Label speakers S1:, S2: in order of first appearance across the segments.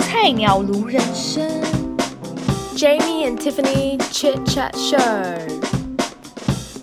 S1: 菜鸟如人生。
S2: Jamie and Tiffany Chit Chat Show。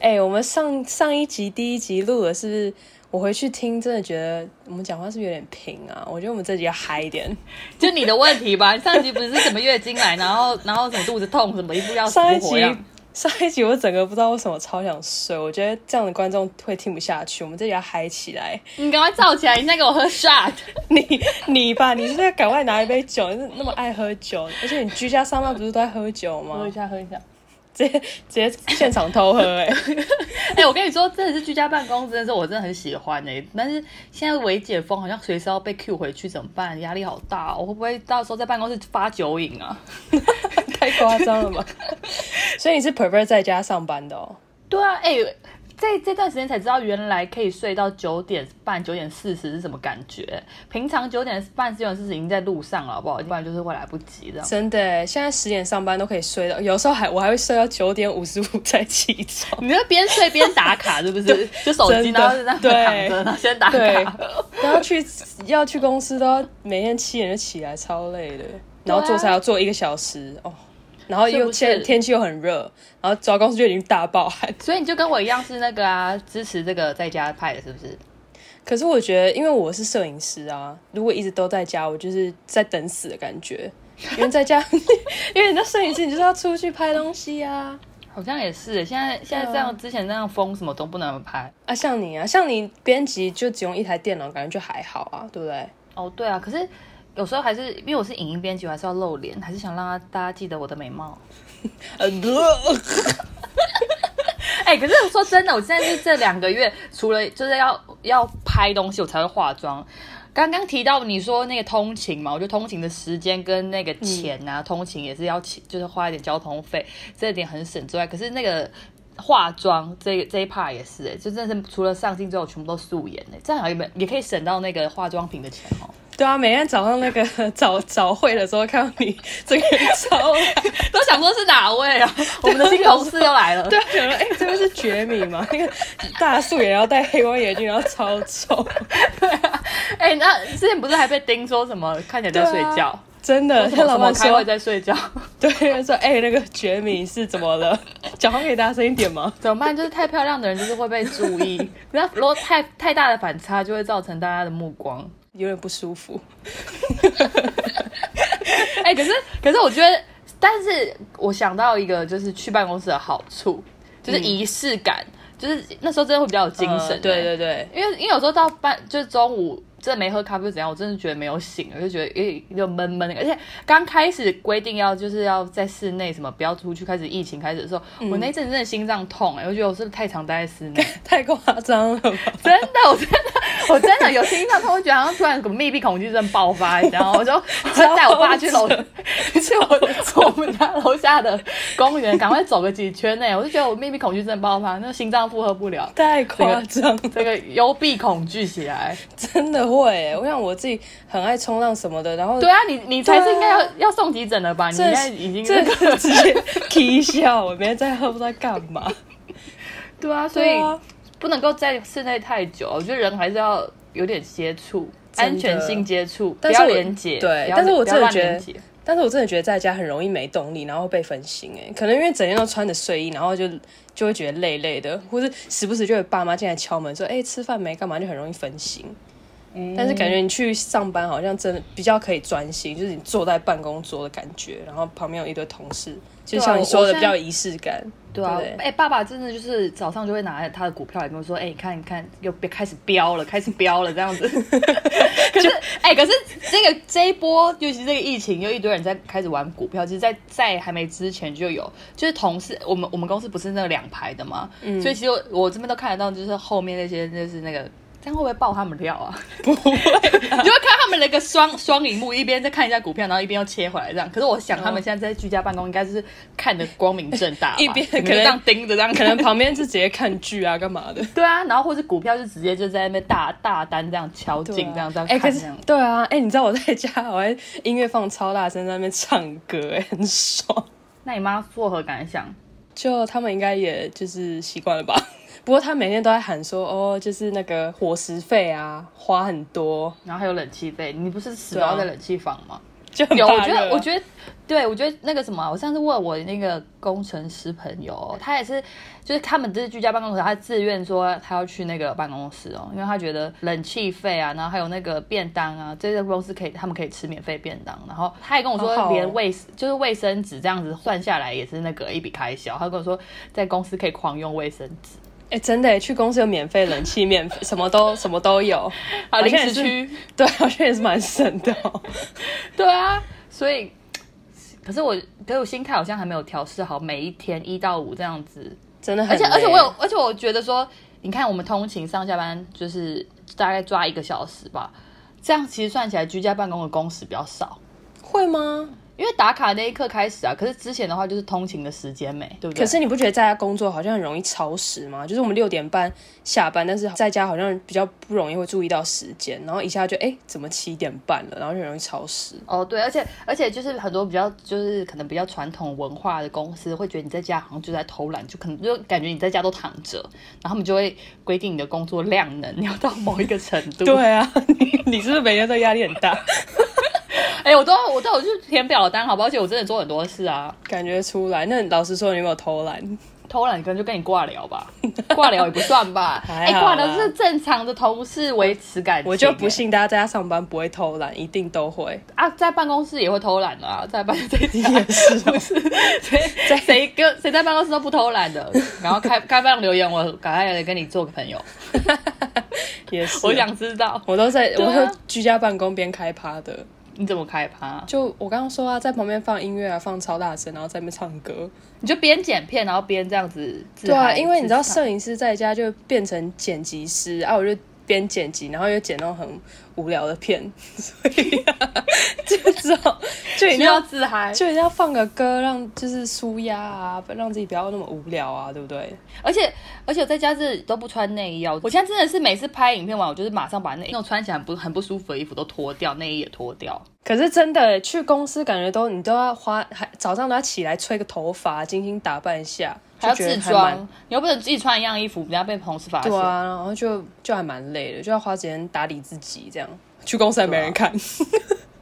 S2: 哎、我们上上一集第一集录的是不是？我回去听，真的觉得我们讲话是不是有点平啊？我觉得我们这集要嗨一点。
S3: 就你的问题吧。上集不是什么月经来，然后然后什么肚子痛，什么一副要死
S2: 上一
S3: 不
S2: 集
S3: 活样。
S2: 上一集我整个不知道为什么超想睡，我觉得这样的观众会听不下去。我们这集要嗨起来，
S3: 你赶快燥起来，你再给我喝 shot。
S2: 你你吧，你现在赶快拿一杯酒，你是那么爱喝酒，而且你居家上班不是都在喝酒吗？
S3: 下，喝一下。
S2: 直接直接现场偷喝哎、
S3: 哎、我跟你说，真的是居家办公，真的是我真的很喜欢哎、但是现在微解封，好像随时要被 Q 回去，怎么办？压力好大哦、我会不会到时候在办公室发酒瘾啊？
S2: 太夸张了吧？ 所以你是 prefer 在家上班的哦？
S3: 对啊，哎、这这段时间才知道，原来可以睡到九点半、九点四十是什么感觉。平常九点半、九点四十已经在路上了，好不好？不然就是会来不及这样。
S2: 真的耶，现在十点上班都可以睡到，有时候还我还会睡到九点五十五才起床。
S3: 你就边睡边打卡，是不 是？就手机，
S2: 真的
S3: 然后就在那
S2: 对
S3: 躺着，然后先打
S2: 对
S3: 卡。，
S2: 然后去要去公司都要每天七点就起来，超累的。然后做菜要做一个小时哦，然后
S3: 啊是
S2: 又
S3: 不是
S2: 现在天气又很热，然后走到公司就已经大爆汗。
S3: 所以你就跟我一样是那个啊，支持这个在家派的，是不是？
S2: 可是我觉得，因为我是摄影师啊，如果一直都在家，我就是在等死的感觉。因为在家， 因为你在摄影师，你就是要出去拍东西啊。
S3: 好像也是，现在现在这样，之前那样封什么都不能拍。
S2: 啊，像你啊，像你编辑就只用一台电脑，感觉就还好啊，对不对？
S3: 哦，对啊，可是有时候还是因为我是影音编辑，我还是要露脸，还是想让大家记得我的美貌。呃 哎、可是我说真的，我现在是这两个月，除了就是要要拍东西，我才会化妆。刚刚提到你说那个通勤嘛，我觉得通勤的时间跟那个钱啊，通勤也是要起就是花一点交通费，这一点很省之外，可是那个化妆这这一 part 也是、哎，就真的是除了上镜之后，我全部都素颜哎、这样好像也也可以省到那个化妆品的钱哦。
S2: 对啊，每天早上那个早早会的时候，看到你这个人超 懒，
S3: 都想说是哪位啊？我们的新同事又来 了。
S2: 对啊，想说哎、这个是绝米吗？那个大素颜，然后戴黑框眼镜，然后超丑，
S3: 哎、那之前不是还被盯说什么看起来在睡觉？
S2: 真的。他啊 老板
S3: 开会
S2: 说，
S3: 在睡觉，
S2: 对，他说哎、那个绝米是怎么了？讲话可以大声一点吗？
S3: 怎么办？就是太漂亮的人就是会被注意， 那如果太太大的反差就会造成大家的目光。
S2: 有点不舒服。
S3: 哎、可是可是我觉得，但是我想到一个就是去办公室的好处，就是仪式感，就是那时候真的会比较有精神、欸啊
S2: 呃对对对，
S3: 因为因为有时候到半就是中午真的没喝咖啡怎样，我真的觉得没有醒，我就觉得有点有点闷闷的。而且刚开始规定要就是要在室内什么不要出去，开始疫情开始的时候，
S2: 嗯
S3: 我那一阵子真的心脏痛哎、我觉得我是不是太常待在室内？
S2: 太夸张了吧？
S3: 真的，我真的。我真的有心脏痛，我觉得好像突然有个密闭恐惧症爆发，你知道吗？我就带我爸去楼，去我我们家楼下的公园，赶快走个几圈呢、我就觉得我密闭恐惧症爆发，那心脏负荷不了，
S2: 太夸张了。
S3: 这个幽闭恐惧起来。
S2: 真的会欸、我想我自己很爱冲浪什么的，然后
S3: 对啊，你你才是应该要、要送急诊的吧？你应
S2: 啊这
S3: 该已经
S2: 这
S3: 那个
S2: 个直接踢笑，我明天再喝不知道干嘛。
S3: 对啊，所以
S2: 对啊，
S3: 不能够在室内太久，我觉得人还是要有点接触，
S2: 真的
S3: 安全性接触，不
S2: 但是
S3: 要
S2: 我
S3: 连接。
S2: 对
S3: 不要
S2: 但是我
S3: 不
S2: 真
S3: 要
S2: 的
S3: 乱
S2: 觉得
S3: 连结
S2: 但是我真的觉得在家很容易没动力，然后会被分心哎、可能因为整天都穿着睡衣，然后就就会觉得累累的，或是时不时就有爸妈进来敲门说：“哎、吃饭没？干嘛？”就很容易分心。
S3: 嗯
S2: 但是感觉你去上班好像真的比较可以专心，就是你坐在办公桌的感觉，然后旁边有一堆同事，就
S3: 对啊
S2: 像你
S3: 我
S2: 说
S3: 我
S2: 的比
S3: 现在
S2: 较有仪式感。
S3: 对啊
S2: 对不，对
S3: 哎、爸爸真的就是早上就会拿他的股票来跟我说，哎、你看，你看，又开始飙了，开始飙了这样子。可是，哎、可是这个这一波，尤其是这个疫情，又一堆人在开始玩股票，其实在，在还没之前就有，就是同事，我们我们公司不是那个两排的嘛，所以其实我我这边都看得到，就是后面那些就是那个。这样会不会爆他们料啊？不会、你就会看他们那个双双荧幕，一边在看一下股票，然后一边又切回来这样。可是我想他们现在在居家办公，应该就是看得光明正大吧，
S2: 一边
S3: 你们
S2: 可
S3: 就
S2: 能
S3: 这样盯着这样
S2: 可
S3: 看。
S2: 能旁边是直接看剧啊，干嘛的？
S3: 对啊，然后或是股票就直接就在那边大大单这样敲
S2: 对
S3: 进
S2: 啊
S3: 这样这样
S2: 哎、
S3: 看
S2: 可
S3: 这
S2: 是
S3: 样。
S2: 对啊，哎、你知道我在家，我还音乐放超大声，在那边唱歌、哎，很爽。
S3: 那你妈作何感想？
S2: 就他们应该也就是习惯了吧？ 不过他每天都在喊说，哦，就是那个伙食费啊，花很多。
S3: 然后还有冷气费，你不是死
S2: 对啊
S3: 要在冷气房吗？
S2: 就很
S3: 有，我
S2: 怕
S3: 觉
S2: 热啊、
S3: 得，我觉得，对我觉得那个什么啊，我上次问我那个工程师朋友，哦他也是，就是他们这是居家办公室，他自愿说他要去那个办公室哦，因为他觉得冷气费啊，然后还有那个便当啊，这些公司可以，他们可以吃免费便当，然后他也跟我
S2: 好好
S3: 说，
S2: 哦
S3: 连卫、就是卫生纸这样子算下来也是那个一笔开销，他跟我说在公司可以狂用卫生纸，
S2: 哎、真的耶，去公司有免费冷气，免费什么都什么都有，
S3: 啊，
S2: 好
S3: 零
S2: 像也
S3: 食
S2: 哦是
S3: 区。
S2: 对，好像也是蛮省的、哦。
S3: 对啊，所以，可是我，可是我心态好像还没有调试好，每一天一到五这样子，
S2: 真的很
S3: 而
S2: 累，
S3: 且而且我有，而且我觉得说，你看我们通勤上下班就是大概抓一个小时吧，这样其实算起来居家办公的工时比较少，
S2: 会吗？
S3: 因为打卡那一刻开始啊，可是之前的话就是通勤的时间没，对不对？
S2: 可是你不觉得在家工作好像很容易超时吗？就是我们六点半下班，但是在家好像比较不容易会注意到时间，然后一下就哎、诶怎么七点半了，然后就很容易超时。
S3: 哦，对，而且而且就是很多比较就是可能比较传统文化的公司会觉得你在家好像就在偷懒，就可能就感觉你在家都躺着，然后他们就会规定你的工作量能要到某一个程度。，
S2: 对啊， 你你是不是每天都压力很大？
S3: 哎、我都我都有去填表单，好不好？而且我真的做很多事啊，
S2: 感觉出来。那老实说，你有没有偷懒？
S3: 偷懒可能就跟你挂聊吧， 挂聊也不算吧，
S2: 还
S3: 哎、
S2: 好
S3: 挂
S2: 啦
S3: 聊是正常的同事维持感情、
S2: 我就不
S3: 哎
S2: 信大家在家上班不会偷懒，一定都会。
S3: 啊，在办公室也会偷懒的啊，在办在家
S2: 也是哦
S3: 不是 谁谁跟谁在办公室都不偷懒 的。然后开开放留言，我赶快来跟你做个朋友，
S2: 也是，啊
S3: 我，想知道
S2: 我都在，
S3: 对啊
S2: 我会居家办公边开趴的。
S3: 你怎么开趴，
S2: 就我刚刚说啊，在旁边放音乐啊，放超大声，然后在那边唱歌。
S3: 你就边剪片，然后边这样子自
S2: 对啊，
S3: 嗨
S2: 因为你知道
S3: 自唱
S2: 摄影师在家就变成剪辑师啊，我就边剪辑，然后又剪那种很无聊的片， 所以、啊、就只好就一
S3: 需
S2: 定
S3: 要
S2: 要
S3: 自嗨，
S2: 就一定要放个歌，让就是舒压啊，让自己不要那么无聊啊，对不对？
S3: 而且而且我在家是都不穿内衣哦。我现在真的是每次拍影片完，我就是马上把那那种穿起来很不很不舒服的衣服都脱掉，内衣也脱掉。
S2: 可是真的去公司，感觉都你都要花，还早上都要起来吹个头发，精心打扮一下，
S3: 还要
S2: 就觉得
S3: 自
S2: 还蛮
S3: 装，你又不能自己穿一样衣服，不要被同事发现。
S2: 对啊，然后就就还蛮累的，就要花时间打理自己，这样去公司还没人看，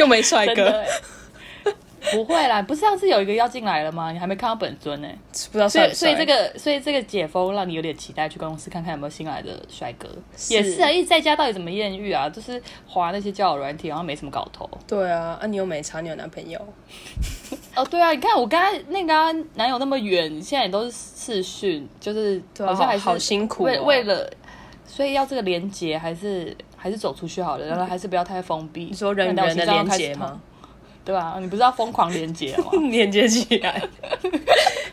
S2: 又没帅
S3: 真
S2: 哥
S3: 的，欸。 不会啦，不是上次有一个要进来了吗？你还没看到本尊呢、
S2: 不知道
S3: 所
S2: 帅
S3: 以
S2: 不
S3: 所以
S2: 帅。
S3: 这个所以这个解封让你有点期待去公司看看有没有新来的帅哥。
S2: 是
S3: 也是啊，一直在家到底怎么艳遇啊？就是滑那些交友软体，然后没什么搞头。
S2: 对啊，啊你又没差，你有男朋友，
S3: 哦，对啊，你看我刚刚那个、啊、男友那么远，现在也都是视讯，就是
S2: 对啊
S3: 好像还是
S2: 好好辛苦哦
S3: 为为了，所以要这个连接还是还是走出去好了，然后还是不要太封闭。你
S2: 你说人与人的连接吗？？
S3: 对啊，你不是要疯狂连接吗？
S2: 连接起来，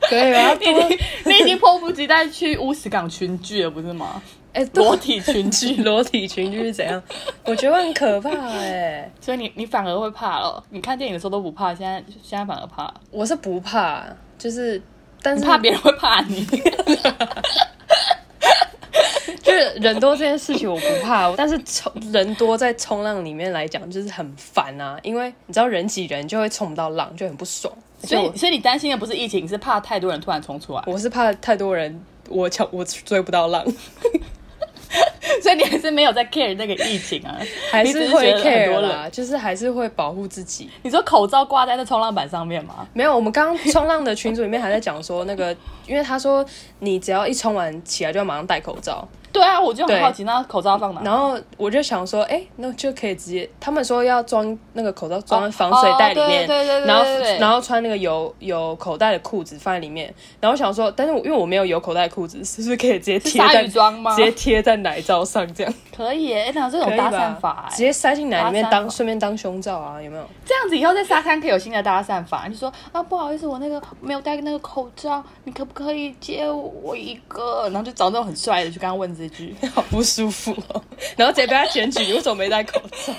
S2: 可以啊，
S3: 你
S2: 多
S3: 已经你已经迫不及待去乌石港群聚了，不是吗？
S2: 哎、
S3: 裸
S2: 多
S3: 体群
S2: 体
S3: 聚，
S2: 裸体群就是怎样？我觉得很可怕哎、
S3: 所以你你反而会怕了。你看电影的时候都不怕，现在现在反而怕，
S2: 我是不怕，就是但
S3: 你
S2: 是
S3: 怕别人会怕 你。
S2: 就是人多这件事情我不怕，但是冲人多在冲浪里面来讲就是很烦啊，因为你知道人挤人就会冲不到浪，就很不爽。
S3: 所
S2: 而且
S3: 以所以你担心的不是疫情，是怕太多人突然冲出来。
S2: 我我是怕太多人，我抢我追不到 浪，
S3: 所以你还是没有在 care 那个疫情 啊，
S2: 还
S3: 你只
S2: 是
S3: 是
S2: 会
S3: 觉得很
S2: care
S3: 多
S2: 啦，
S3: 人。
S2: 就是还是会保护自己。
S3: 你说口罩挂在那冲浪板上面吗？
S2: 没有，我们刚刚冲浪的群组里面还在讲说那个，因为他说你只要一冲完起来就要马上戴口罩，
S3: 对啊，我就很
S2: 对
S3: 好奇，那口罩放哪？
S2: 然后我就想说，哎、那就可以直接，他们说要装那个口罩，装
S3: 哦
S2: 在防水袋里面，
S3: 哦对对对对
S2: 然后
S3: 对对对
S2: 然后穿那个有有口袋的裤子放在里面，然后我想说，但是我因为我没有有口袋的裤子，是不是可以直接
S3: 是
S2: 贴
S3: 鲨
S2: 在
S3: 鱼装吗？
S2: 直接贴在奶罩上这样？
S3: 可以耶，哎那这
S2: 可
S3: 种
S2: 以
S3: 搭
S2: 吧
S3: 讪法，哎
S2: 直接塞进奶里面
S3: 搭讪
S2: 当
S3: 法
S2: 顺便当胸罩啊，有没有？
S3: 这样子以后在沙滩可以有新的搭讪法，你说啊不好意思，我那个没有戴那个口罩，你可不可以借我一个？然后就找那种很帅的去跟他问这句，
S2: 好不舒服哦，然后直接被他检举， 你为什么没戴口罩？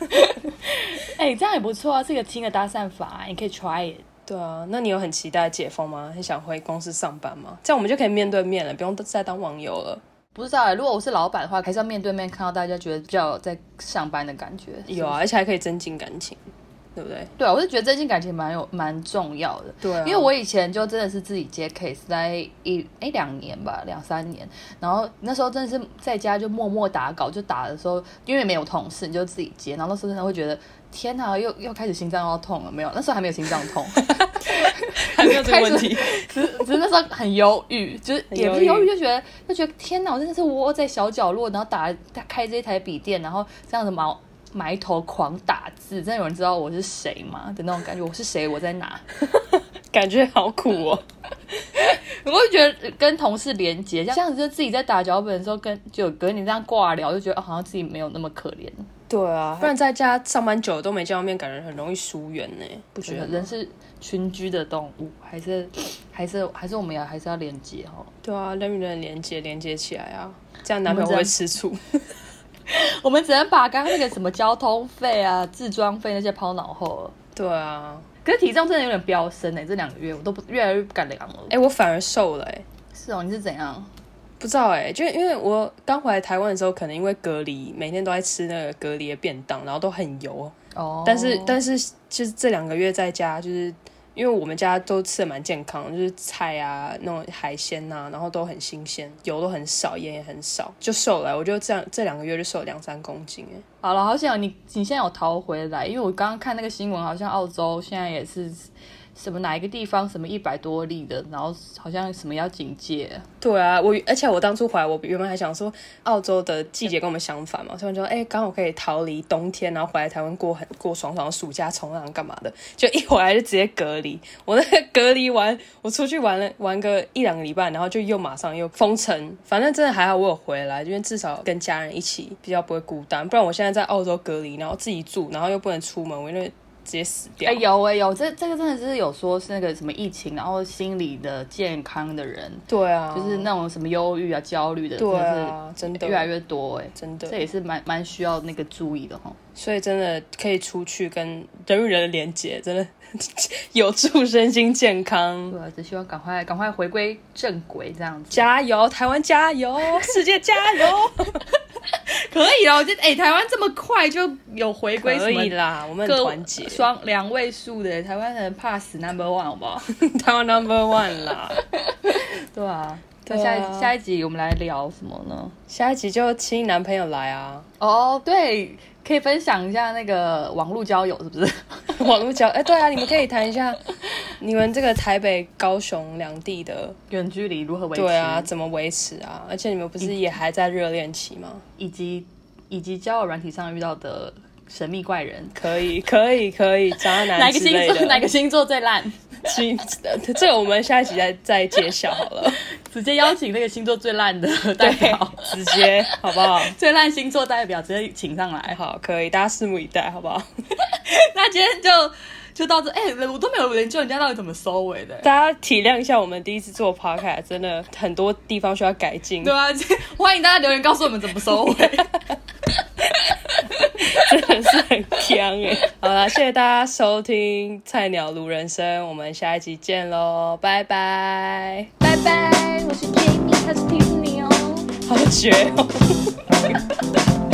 S3: 哎、这样也不错啊，是一个新的搭讪法，你可以 try it。
S2: 对啊，那你有很期待解封吗？很想回公司上班吗？这样我们就可以面对面了，不用再当网友了。
S3: 不知道、欸，如果我是老板的话，还是要面对面看到大家，觉得比较有在上班的感觉。
S2: 有啊，而且还可以增进感情。对不对？
S3: 对啊，我是觉得真心感情蛮有蛮重要的。
S2: 对啊
S3: 因为我以前就真的是自己接 case，在一哎两年吧，两三年，然后那时候真的是在家就默默打稿，就打的时候，因为没有同事，你就自己接，然后那时候真的会觉得天哪，又又开始心脏要痛了，没有，那时候还没有心脏 痛，
S2: 还没有 这个问题，
S3: 只是只是那时候很忧郁，就是
S2: 很
S3: 也不
S2: 忧
S3: 是忧郁，
S2: 郁
S3: 就觉得就觉得天哪，我真的是窝在小角落，然后打打开这一台笔电，然后这样子毛埋头狂打字，真的有人知道我是谁吗的那种感觉？我是谁？我在哪？
S2: 感觉好苦哦。
S3: 我会觉得跟同事连接，这样子就自己在打脚本的时候跟就跟你这样挂聊，就觉得、哦、好像自己没有那么可怜。
S2: 对啊，不然在家上班久了都没见到面，感觉很容易疏远呢，不觉
S3: 觉得
S2: 得？
S3: 人是群居的动物，还是还是还是我们也还是要连接哦。
S2: 对啊，人与人连接连接起来啊，这样男朋友会不会吃 醋。
S3: 我们只能把刚刚那个什么交通费啊、自装费那些抛脑后了。
S2: 对啊，
S3: 可是体重真的有点飙升哎、这两个月我都不越来越不敢量了。
S2: 哎、我反而瘦了哎、
S3: 是哦，你是怎样？
S2: 不知道哎、就因为我刚回来台湾的时候，可能因为隔离，每天都在吃那个隔离的便当，然后都很油。
S3: 哦，
S2: 但是但是就是这两个月在家，就是因为我们家都吃的蛮健康的，就是菜啊、那种海鲜呐、然后都很新鲜，油都很少，盐也很少，就瘦了欸、我就这样这两个月就瘦了两三公斤哎、
S3: 好了，好想你，你现在有逃回来，因为我刚刚看那个新闻，好像澳洲现在也是什么哪一个地方什么一百多例的，然后好像什么要警戒。
S2: 对啊，我而且我当初回来，我原本还想说澳洲的季节跟我们相反嘛，所以我就说哎，刚、好可以逃离冬天，然后回来台湾过很过爽爽的暑假冲浪干嘛的，就一回来就直接隔离。我那个隔离完，我出去玩了玩个一两个礼拜，然后就又马上又封城。反正真的还好我有回来，因为至少跟家人一起比较不会孤单。不然我现在在澳洲隔离，然后自己住，然后又不能出门，我就直接死掉。
S3: 哎、有哎、有，这这个真的是有说是那个什么疫情，然后心理的健康的人，
S2: 对啊，
S3: 就是那种什么忧郁啊、焦虑的，
S2: 对啊，真
S3: 真的
S2: 的
S3: 是越来越多哎、
S2: 真的
S3: 这也是蛮蛮需要那个注意的哈。
S2: 所以真的可以出去跟人与人的连接，真的 有助身心健康。
S3: 对啊，只希望赶快赶快回归正轨这样子。
S2: 加油，台湾加 油，世界加油！
S3: 可以了，我觉得哎、台湾这么快就有回归
S2: 可
S3: 什么
S2: 以啦， 我们很
S3: 各
S2: 团结，
S3: 双两位数的台湾人怕死 number one 好不好？
S2: 台湾 number one 啦。
S3: 对啊，那
S2: 对啊
S3: 下一下一集我们来聊什么呢？
S2: 下一集就请你男朋友来啊，
S3: 哦，对，可以分享一下那个网络交友是不是？
S2: 网络交哎、对啊，你们可以谈一下你们这个台北、高雄两地的，
S3: 远距离如何维持？
S2: 对啊，，怎么维持啊？而且你们不是也还在热恋期吗？
S3: 以及以及交友软体上遇到的神秘怪人，
S2: 可以，可以，可以，渣
S3: 哪
S2: 男
S3: 个
S2: 之
S3: 星
S2: 类
S3: 座 哪
S2: 的，
S3: 个星座最烂？
S2: 请这个我们下一集再再揭晓好了。
S3: 直接邀请那个星座最烂的代表，
S2: 直接好不好？
S3: 最烂星座代表直接请上来。
S2: 好，可以，大家拭目以待，好不好？
S3: 那今天就就到这，哎、我都没有研究人家到底怎么收尾的、
S2: 大家体谅一下，我们第一次做 podcast，真的很多地方需要改进
S3: 对，啊，这欢迎大家留言告诉我们怎么收尾。
S2: 真的是很香哎。 好啦，谢谢大家收听《菜鸟卢人生》，我们下一集见喽，拜拜。
S1: 拜拜，我是 Jamie，他是 Tiffany 哦。
S2: 好绝哦。